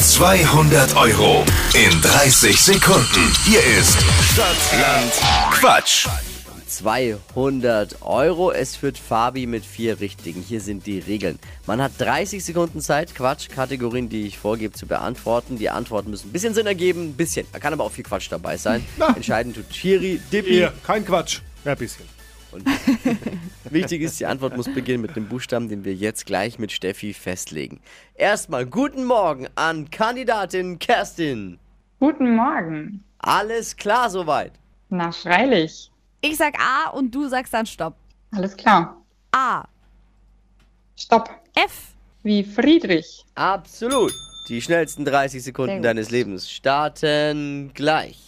200 Euro in 30 Sekunden. Hier ist Stadtland Quatsch. 200 Euro. Es führt Fabi mit vier Richtigen. Hier sind die Regeln. Man hat 30 Sekunden Zeit, Quatsch-Kategorien, die ich vorgebe, zu beantworten. Die Antworten müssen ein bisschen Sinn ergeben, ein bisschen. Da kann aber auch viel Quatsch dabei sein. Na. Entscheidend tut Chiri, Dippi. Hier, kein Quatsch. Ja, ein bisschen. Wichtig ist, die Antwort muss beginnen mit dem Buchstaben, den wir jetzt gleich mit Steffi festlegen. Erstmal guten Morgen an Kandidatin Kerstin. Guten Morgen. Alles klar soweit. Na, freilich. Ich sag A und du sagst dann Stopp. Alles klar. A. Stopp. F. Wie Friedrich. Absolut. Die schnellsten 30 Sekunden gut. deines Lebens starten gleich.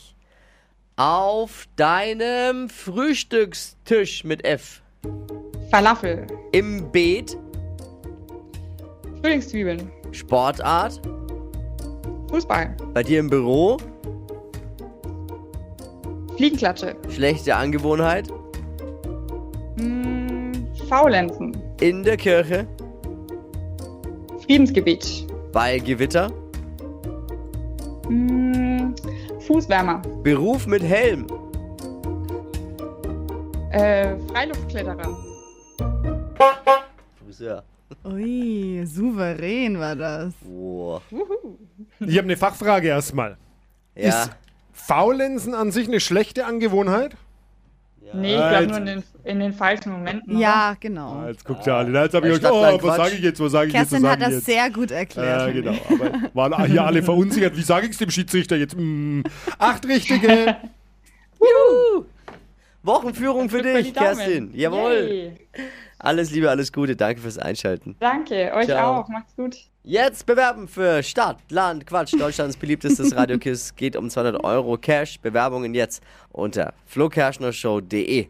Auf deinem Frühstückstisch mit F. Falafel. Im Beet, Frühlingszwiebeln. Sportart, Fußball. bei dir im Büro, Fliegenklatsche. schlechte Angewohnheit, Mm, Faulenzen. in der Kirche, Friedensgebet. bei Gewitter, Mm, Fußwärmer. Beruf mit Helm. Äh, Freiluftkletterer. Friseur. Ui, souverän war das. Wow. Ich habe eine Fachfrage erstmal. Ja. Ist Faulenzen an sich eine schlechte Angewohnheit? Nee, ich glaube jetzt- nur in den, in den falschen Momenten. Ja, genau. Ah, jetzt guckt ja alle. Jetzt habe ich Ja, gedacht, Stadtland oh, was Quatsch. sage ich jetzt, was sage ich jetzt, was Kerstin hat sage ich das jetzt? sehr gut erklärt. ja, genau. Aber waren hier alle verunsichert. Wie sage ich es dem Schiedsrichter jetzt? Hm, acht Richtige. Juhu. Wochenführung für Drück mal dich, die Daumen. Kerstin. Jawohl. Yay. Alles Liebe, alles Gute. Danke fürs Einschalten. Danke, euch Ciao. auch. Macht's gut. Jetzt bewerben für Stadt, Land, Quatsch, Deutschlands beliebtestes Radioquiz. Geht um 200 Euro Cash. Bewerbungen jetzt unter flokerschnershow.de.